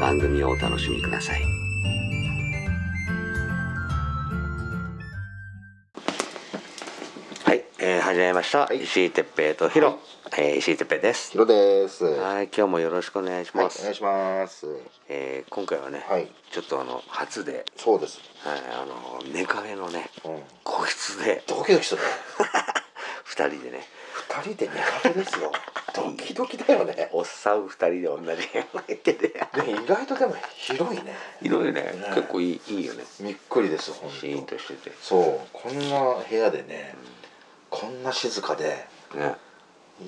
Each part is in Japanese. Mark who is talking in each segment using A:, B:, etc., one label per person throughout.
A: 番組をお楽しみください。はい、えー、始めました。
B: はい
A: 石井哲平とヒロ、えー石井哲平です。
B: ヒロです。はい、
A: はい、今日もよろしくお願いし
B: お願
A: ま
B: い
A: す。
B: します。
A: えー今回はね、
B: はい、
A: ちょっとあの初で、
B: そうです。
A: はい、あの寝カフェのね
B: うん。
A: 個室で
B: ドキドキする。
A: 2人でね
B: 二人で寝かけですよ。ドキドキだよね。ね
A: おっさん2人で同じ部屋入ってて
B: 意外とでも広いね。
A: いろいろね結構いいいいよね
B: びっくりです。本
A: シーン
B: 当
A: と。してて、
B: そう、こんな部屋でね、こんな静かで、
A: ね、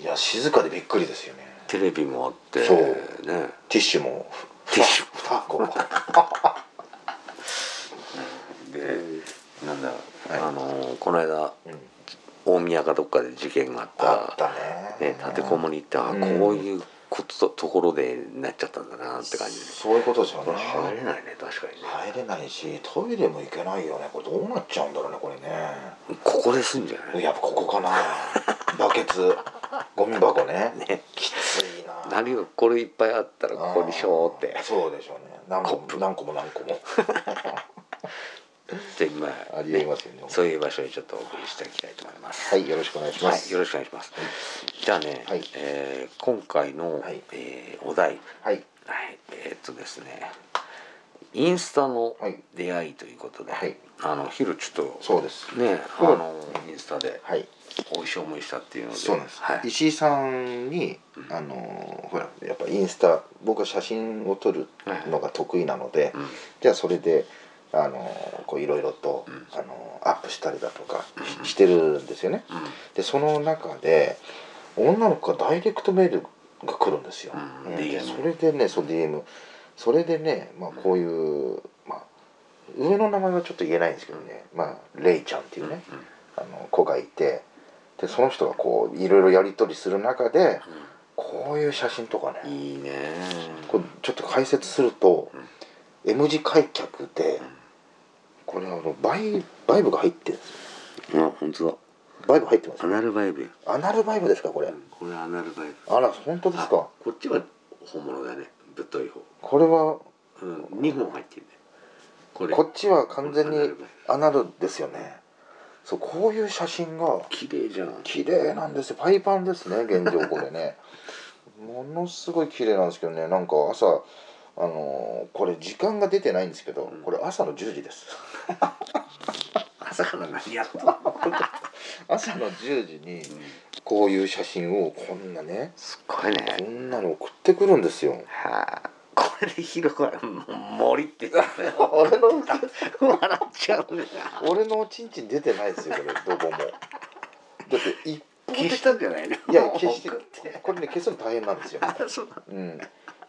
B: いや静かでびっくりですよね。
A: テレビもあって
B: そう
A: ね
B: ティッシュも。
A: ティッシュ
B: ふた。ふたこ
A: でなんだ、
B: はい
A: あのこの間
B: う。うん。
A: 大宮かどっかで事件があった
B: あったね。
A: ね、立てこもりって、あ
B: うん
A: こういうことところでなっちゃったんだなって感じで
B: そういうことじゃね
A: これ入れないね確かにね
B: 入れないしトイレも行けないよねこれどうなっちゃうんだろうねこれね
A: ここですんじゃない
B: やっぱここかなバケツゴミ 箱ね
A: ね
B: きついな
A: 何がこれいっぱいあったらここにしようって
B: あーそうでしょうね何個も何個も 何個も
A: でまあ
B: ありえますよね
A: そういう場所にちょっとお送りしていきたいと思います。
B: はいよろしくお願いしま
A: はい、
B: す
A: よろしくお願いします。じゃあね、
B: はい
A: えー今回の、
B: はい
A: えーお題、は
B: はい
A: い、えーっとですね、インスタの
B: はい
A: 出会いということで、
B: はい
A: あの昼ちょっと
B: そうです
A: ね、あ
B: うん
A: のインスタで
B: はい
A: 美味しい思いしたっていうので、
B: そうなんです、
A: はい、
B: 石井さんにあのーほらやっぱインスタ僕は写真を撮るのが得意なので、
A: うん
B: じゃあそれであのこういろいろと、
A: ん
B: あのアップしたりだとかししてるんですよね。
A: うん
B: でその中で女の子がダイレクトメールが来るんですよ。
A: うん
B: うん
A: DM
B: それでねそう DM それでね、まあ、こういう、まあ、上の名前はちょっと言えないんですけどね、まあ、レイちゃんっていうね、あの子がいてでその人がこういろいろやり取りする中でこういう写真とかね、
A: うんいいね。
B: これちょっと解説すると、M 字開脚で、これあのバイバイブが入ってるんですよ
A: あ、本当
B: バイブ入ってます
A: だ。アナルバイブよ。
B: アナルバイブですかこれ、
A: うんこれアナルバイブ。
B: あら本当ですか
A: あこっちは本物だね。ぶっとい方。
B: これは
A: うん、二本入ってるね。これ
B: こっちは完全
A: アナ
B: に
A: ルバイ
B: アナルですよねそうこういう写真が
A: 綺麗じゃん。
B: 綺麗なんですよパイパンですね現状これね ものすごい綺麗なんですけどねなんか朝あのーこれ時間が出てないんですけど、これ朝の10時です
A: 朝から何やったの。
B: 朝の10時にこういう写真をこんなね
A: すごい
B: こ
A: ね。
B: んなの送ってくるんですよ
A: はあ。これで広がる森って言ってたよ
B: 俺の
A: 笑っちゃうね。
B: 俺のおちんちん出てないですよこれどこもだって一方
A: 消
B: 的
A: したんじゃないの。
B: いや消して
A: 送っ
B: これね消すの大変なんですよ、
A: あ、そうだ。
B: うん、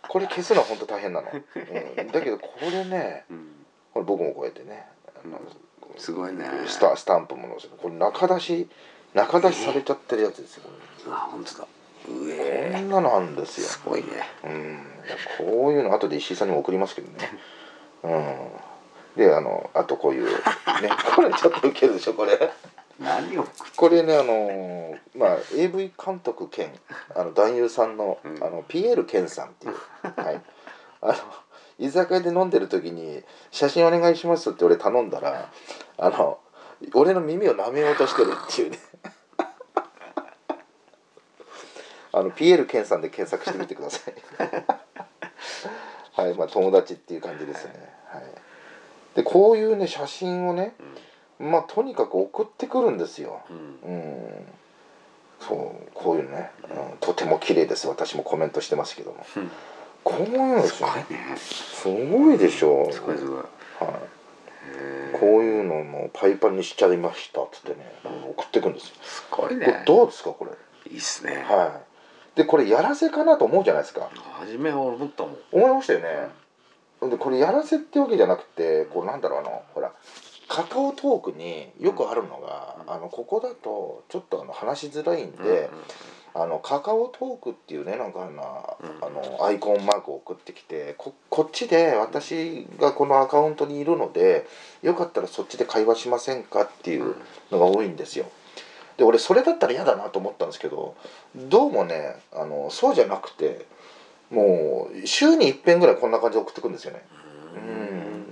B: これ消すのは本当大変なの、うん、だけどこれね
A: うん。
B: これ僕もこうやってねあの
A: すごいね。
B: スタスタンプも載せてこれ中出し中出しされちゃってるやつですよ、こ
A: あ、本当だ。う
B: れこ
A: え
B: んなのあるんです
A: え。
B: よ
A: すごいね。
B: うん、こういうの後で石井さんにも送りますけど ね。うん、であのあとこういうねこれちょっとウケるでしょこれ。
A: 何を送っ
B: これねあのーまあ AV 監督兼あの男優さんの,、
A: うん
B: あのピエール健さんっていう、はい、あの居酒屋で飲んでる時に「写真お願いします」って俺頼んだらあの俺の耳を舐めようとしてるっていうね。 あのピエール健さんで検索してみてください。はいまあ、友達っていう感じですね、はいでこういうね写真をねまあとにかく送ってくるんですよ
A: うんうん
B: うんそうこういうね、うん、とても綺麗です私もコメントしてますけども
A: うん
B: こういうのです
A: す
B: よ
A: ご
B: ね
A: いね
B: すごいでしょ
A: すごいすごい
B: はい、こういうのもパイパンにしちゃいましたっつってね送ってくるんですよ
A: すごい
B: これ
A: ね
B: どうですかこれ
A: いいっすね
B: はいでこれやらせかなと思うじゃないですか
A: 初めは思ったもん
B: 思いましたよねでこれやらせってわけじゃなくてこうなんだろうあのほらカカオトークによくあるのが、
A: うん
B: あのここだとちょっとあの話しづらいんで、
A: う
B: あのカカオトークっていうねなんかあの,、
A: うん
B: あのアイコンマークを送ってきてここっちで私がこのアカウントにいるのでよかったらそっちで会話しませんかってい
A: んうん
B: うのが多いんですよ。で俺それだったら嫌だなと思ったんですけどどうもねあのそうじゃなくてもう週に一遍ぐらいこんな感じで送ってくるんですよね。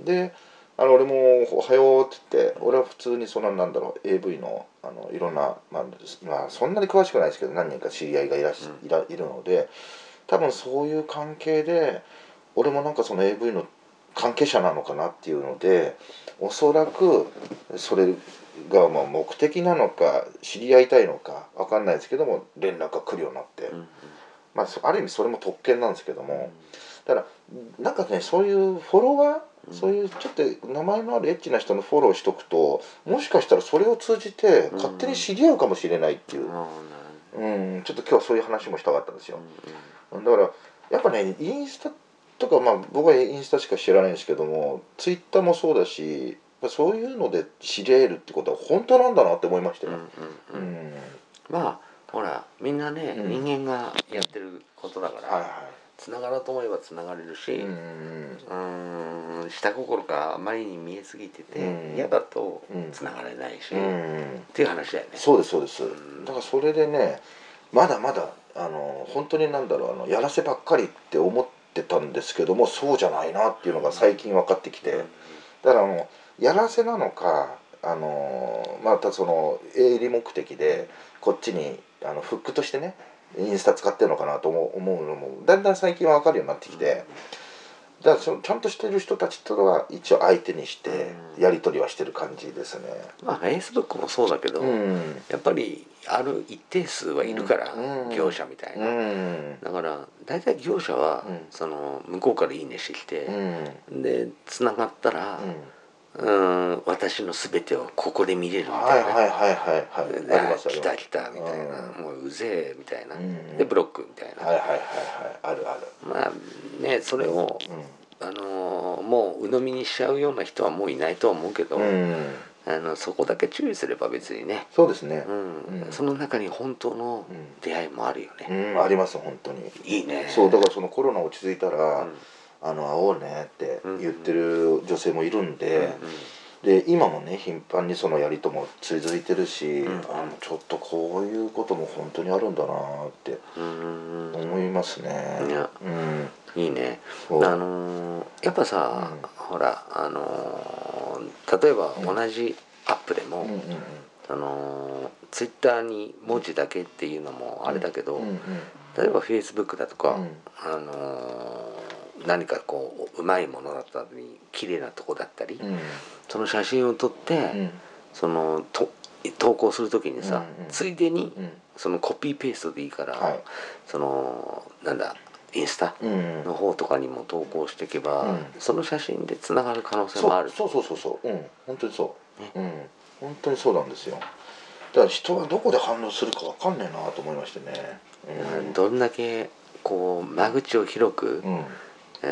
B: うんであの俺も「おはよう」って言って俺は普通にそのなんだろう AV のあのいろんな、まあまあそんなに詳しくないですけど何人か知り合いがいらし、
A: う
B: いらいるので多分そういう関係で俺もなんかその AV の関係者なのかなっていうのでおそらくそれがまあ目的なのか知り合いたいのかわかんないですけども連絡が来るようになって、
A: うん
B: まあ、そある意味それも特権なんですけども。だからなんかねそういうフォロワー
A: うん
B: そういうちょっと名前のあるエッチな人のフォローしとくともしかしたらそれを通じて
A: うん
B: 勝手に知り合うかもしれないっていうう、
A: ん
B: うん、ちょっと今日はそういう話もしたかったんです
A: う
B: よ
A: ん
B: だからやっぱねインスタとか、まあ、僕はインスタしか知らないんですけどもツイッターもそうだしやっぱそういうので知り合えるってことは本当なんだなって思いました
A: うん
B: よ、
A: う
B: うん
A: うん
B: ん
A: まあほらみんなね
B: うん
A: 人間がやってることだか
B: はい
A: ら
B: は
A: つながろうと思えばつながれるし
B: い、うん
A: うーん下心があまりに見えすぎてて、
B: うん
A: 嫌だと
B: うん
A: 繋がれないし、
B: う
A: っ
B: ん
A: ていう話だよね。
B: そうですそうです
A: うん
B: だからそれでねまだまだあの本当になんだろうあのやらせばっかりって思ってたんですけどもそうじゃないなっていうのが最近分かってきて、
A: うん
B: だからあのやらせなのかあのまたその営利目的でこっちにあのフックとしてねインスタ使ってるのかなと思う思うのもだんだん最近は分かるようになってきて、だからそのちゃんとしてる人たちとは一応相手にして
A: うん
B: やり取りはしてる感じですね。
A: まあフェイスブックもそうだけど、
B: うん
A: やっぱりある一定数はいるから、
B: うん
A: 業者みたいな、
B: うん
A: だから大体業者は、
B: うん
A: その向こうから「いいね」してき
B: う
A: て、
B: ん
A: でつながったら、
B: うん
A: うーん私の全てをここで見れるみ
B: は
A: た
B: い
A: いな。
B: はいはいはいはい。あり
A: あ
B: ますあ
A: 来
B: りま
A: た
B: す。
A: 来たみたいな、
B: うん
A: もううぜえみたいな、
B: うん
A: でブロックみたいな、
B: はいはいはいはいあるある。
A: まあねそれをあのーもう鵜呑みにしちゃうような人はもういないとは思うけど、
B: うん。うん。
A: あのそこだけ注意すれば別にね、
B: そうですね
A: う。ん
B: うん
A: その中に本当の
B: うん
A: 出会いもあるよね、
B: うんあります本当に。
A: いいね
B: そうだからそのコロナ落ち着いたら
A: うん
B: あの会おうねって言ってる女性もいるん
A: うん
B: で、で今もね頻繁にそのやりとも続いてるし、
A: うん
B: あのちょっとこういうことも本当にあるんだなって
A: うんうん
B: 思いますね。
A: いや
B: うん。
A: いいねあ
B: そう
A: のーやっぱさ、
B: うん
A: ほらあのー例えば同じアップでも、
B: うんうんうん
A: あのーツイッターに文字だけっていうのもあれだけど、
B: うんうん
A: 例えばフェイスブックだとか、
B: うん
A: あのー何かこううまいものだったり綺麗なとこだったり、
B: うん
A: その写真を撮って、
B: うん
A: そのと投稿する時にさ、
B: うんうん
A: ついでに
B: うん
A: そのコピーペーストでいいから、
B: はい
A: そのなんだインスタ
B: うん
A: の方とかにも投稿していけば、
B: うん
A: その写真でつながる可能性
B: そう
A: もある
B: そうそうそうそううん本当にそう、
A: ね
B: うん本当にそうなんですよだから人はどこで反応するかわかんねえなと思いましてね
A: うんどんだけこう間口を広く、
B: うん、うん、
A: え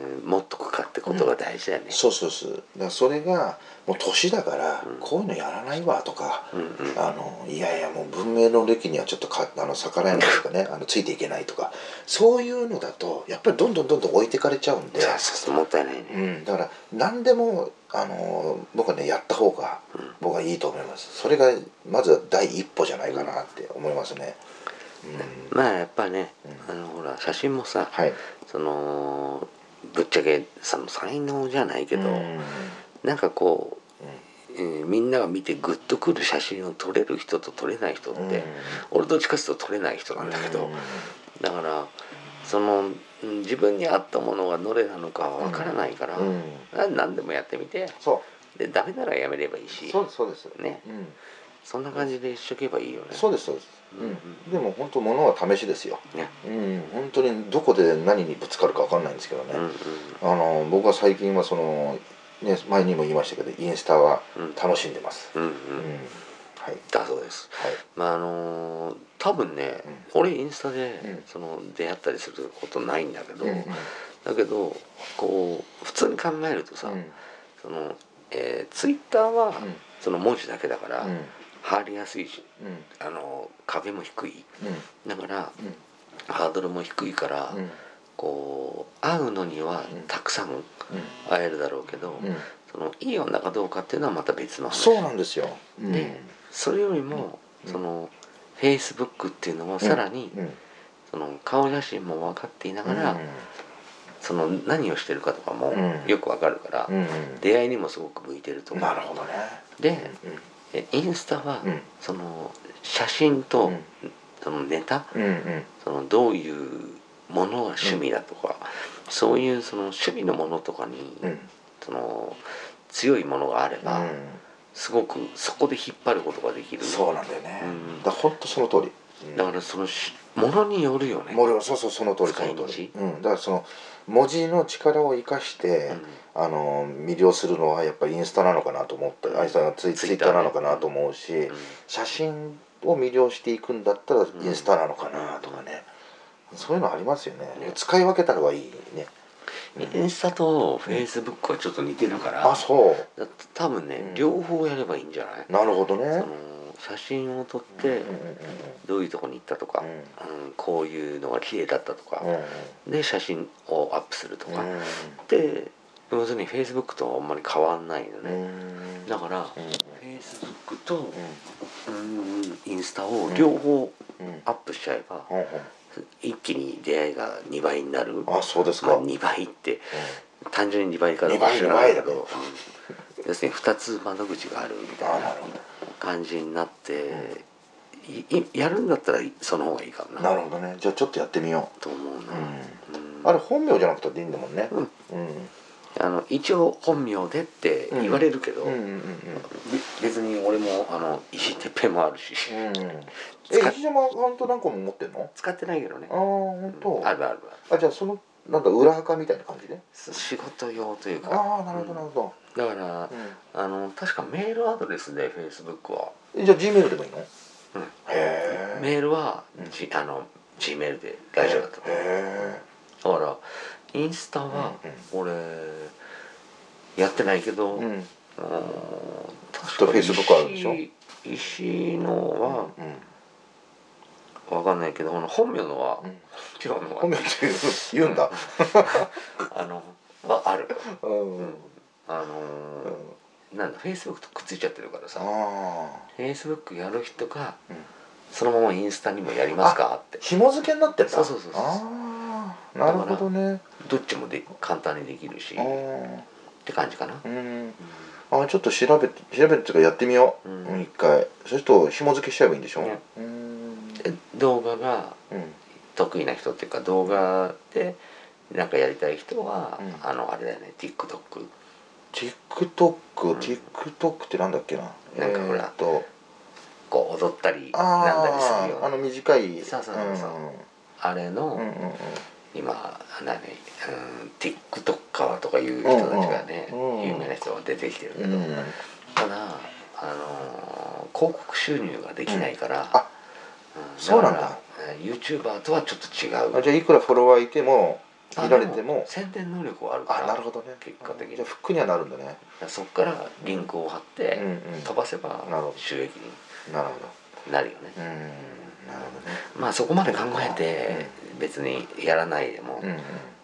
A: ー持っとくかってことが大事だよね、
B: そうそうそうだからそれがもう年だから
A: うん
B: こういうのやらないわとか、
A: うんうん
B: あのいやいやもう文明の歴にはちょっとかあの逆らえないとかねあのついていけないとかそういうのだとやっぱりどんどんどんどん置いてかれちゃうんで
A: じゃあそうそうもったいないね、
B: うん、だから何でも、あのー僕はねやった方が
A: うん
B: 僕はいいと思いますそれがまずは第一歩じゃないかなって思いますね、うん
A: まあやっぱね、
B: う
A: あのほら写真もさ、
B: はい
A: そのぶっちゃけその才能じゃないけど、
B: うん
A: なんかこう、えーみんなが見てグッとくる写真を撮れる人と撮れない人って、
B: うん
A: 俺どっちかっていうと撮れない人なんだけど、
B: うん
A: だからそそのうん自分に合ったものがどれなのかわからないから、
B: うん、
A: な何でもやってみて
B: そ
A: でダメならやめればいいうし
B: そうですそうです、
A: ね
B: うん、
A: そんな感じでしとけばいいよね。
B: そうですそうです、
A: うん
B: うん、でも本当物は試しですよ、
A: ね
B: うん、本当にどこで何にぶつかるかわかんないんですけどね、
A: うんうん
B: あの僕は最近はその、ね、前にも言いましたけどインスタは
A: うん
B: 楽しんでます、
A: うんう
B: うん
A: ん
B: はい
A: だそうです。
B: はい
A: まああのー多分ね、俺インスタで、
B: うん
A: その出会ったりすることないんだけど、
B: うん
A: だけどこう普通に考えるとさ、
B: うん
A: そのえーツイッターは、
B: うん
A: その文字だけだから、
B: うん
A: 貼りやすいし、
B: うん
A: あのー壁も低い
B: うん
A: だから
B: うん
A: ハードルも低いから、
B: うん
A: こう会うのには
B: うん
A: たくさん会えるだろうけど、
B: うんうん
A: そのいい女かどうかっていうのはまた別の話
B: そうなんですよ、うん
A: ねそれよりも、
B: うん
A: そのフェイスブックっていうのはさらに、
B: うん
A: その顔写真も分かっていながら、その何をしてるかとかも
B: うん
A: よく分かるから、
B: うん
A: 出会いにもすごく向いてると
B: うん、
A: 思う
B: なるほどね
A: で
B: うん
A: えインスタは、
B: うん
A: その写真と、そのネタ
B: うんうん
A: そのどういうものが趣味だとか、そういうその趣味のものとかに、
B: うん
A: その強いものがあれば、すごくそこで引っ張ることができ
B: うん
A: る
B: そうなんだよね、
A: うん
B: だ本当その通り、うん
A: だからそのしものによるよね。
B: もう俺はそうそうその通りそ
A: 使い道
B: の通り、うん、だからその文字の力を生かして、あの魅了するのはやっぱりインスタなのかなと思ったり、
A: うん
B: あインスタがツイ
A: ツ
B: ツ
A: イ
B: イ
A: ッ
B: ッ
A: ター
B: タ
A: ね
B: ーなのかなと思うし、
A: うん
B: 写真を魅了していくんだったら
A: ん
B: インスタなのかなとかね、そういうのありますよね
A: ね
B: 使い分けたらはいいね
A: インスタとフェイスブックはちょっと似てるから、
B: あそう
A: だって多分ね、
B: うん
A: 両方やればいいんじゃない、
B: なるほどね
A: その写真を撮って、
B: うんうんうん
A: どういうとこに行ったとか、
B: う
A: うんこういうのが綺麗だったとか、
B: うん
A: で写真をアップするとか、
B: うん
A: で要するにフェイスブックとはあんまり変わんないよ
B: う
A: ね、
B: ん
A: だから、
B: うん
A: フェイスブックと、
B: う
A: うんインスタを両方
B: んうん
A: アップしちゃえば、
B: うん
A: 一気に出会いが2倍になる
B: うんあそうです
A: ま
B: か、
A: あ、2倍って単純に2倍かどうか
B: 二倍
A: 知らないけ
B: 二
A: ど
B: 倍
A: うん要するに2つ窓口があるみた
B: あ
A: い
B: な
A: な
B: るほ
A: 感じになって、いいやるんだったらその方がいいかも
B: ど
A: な
B: なるほどねじゃあちょっとやってみよ
A: と思う
B: う、
A: な、
B: うんあれ本名じゃなくたっていいんだもんね
A: うん
B: うん
A: あの一応本名でって言われるけど、
B: うんうんうん
A: べ別に俺もあの石てっぺんもあるし
B: うんうんえ
A: 使っ
B: 石島さんと何個も持ってんの
A: 使ってないけどね
B: ああ本当
A: あるあるある
B: あじゃあそのなんか裏垢みたいな感じで
A: 仕事用というか
B: ああなるほどなるほ
A: だから
B: ど、
A: あの確かメールアドレスでフェイスブックは
B: うん、じゃあ G メールでもいいの、
A: うん
B: へえ
A: メールは、
B: うん
A: じあの G メールで大丈夫だと
B: へえ
A: 思うだからインスタは
B: うん
A: 俺やってないけど、
B: うん
A: う、
B: うんん
A: 確
B: と Facebook あるんでしょ
A: 石石のは分かんないけどこの本名のは
B: うん
A: 今日の
B: 本
A: は
B: 名って言う言うんだ
A: あのはある
B: うん、うん
A: あのーなんだフェイスブックとくっついちゃってるからさ
B: ああ
A: フェイスブックやる人が、
B: うん
A: そのままインスタにもやりますかって
B: 紐付けになってるんだ
A: そうそうそうそう
B: ああなるほどね
A: どっちもで簡単にできるし
B: あ
A: っ
B: ー
A: て感じかな、
B: うんあーちょっと調べて調べるっていうかやってみよう、
A: う
B: うんん一回そうすると紐付けしちゃえばいいんでしょ、
A: ね
B: うん
A: で動画が
B: うん
A: 得意な人っていうか動画でなんかやりたい人は、
B: うん
A: あのあれだよね TikTok
B: TikTok、
A: ん
B: TikTok ってなんだっけな
A: なんかほら
B: えーっと
A: こう踊ったりなんだりす
B: あ
A: るよう
B: ああ
A: な
B: の短い
A: そうそうそうそうあれの、
B: うんうんうん
A: 今何、うん、TikToker とかいう人たちがね、
B: うんうん
A: 有名な人が出てきてるけ
B: う
A: ど、
B: んうん
A: ただ、あのー広告収入ができないから、
B: あ
A: うん
B: そうなんだ
A: からえー YouTuber とはちょっと違
B: あ
A: う
B: じゃあいくらフォロワーいても
A: あ
B: いられても
A: 宣伝能力はあるから
B: あなるほどね
A: 結果的に
B: じゃあフックにはなるんだね
A: そこからリンクを貼って、
B: うんうん
A: 飛ばせば
B: なるほど
A: 収益
B: なるほ
A: になるよね、
B: どうんなる
A: まあそこまで考えて別にやらないでも、
B: ほどねうんうん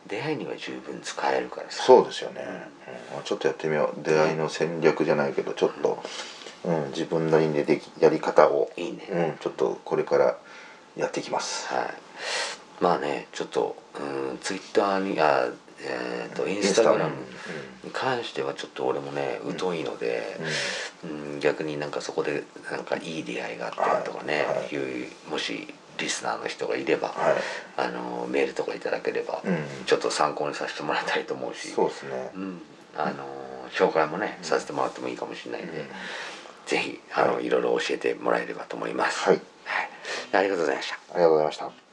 A: 出会いには十分使えるからさ
B: そうですよね、うん、ちょっとやってみよう出会いの戦略じゃないけどちょっと、うん、自分なりにできやり方を、
A: いいね、
B: うん、ちょっとこれからやっていきます
A: はいまあねちょっとうんツイッターにあえっ、とインス
B: インスタ
A: タ
B: う
A: グ
B: ん
A: ラムに関してはちょっと俺もね疎いので、うん逆になんかそこでなんかいい出会いがあったりとかね、
B: はいはい
A: いうもしリスナーの人がいれば、
B: はい
A: あのメメールとかいただければ、
B: うん、
A: ちょっと参考にさせてもらいたいと思うし
B: そうですね、
A: うん、あの紹介もね、
B: うん
A: させてもらってもいいかもしれないんで、
B: うん
A: ぜひあの、
B: はい
A: い、ろいろ教えてもらえればと思います。
B: はい、
A: はい、ありがとうございました。
B: ありがとうございました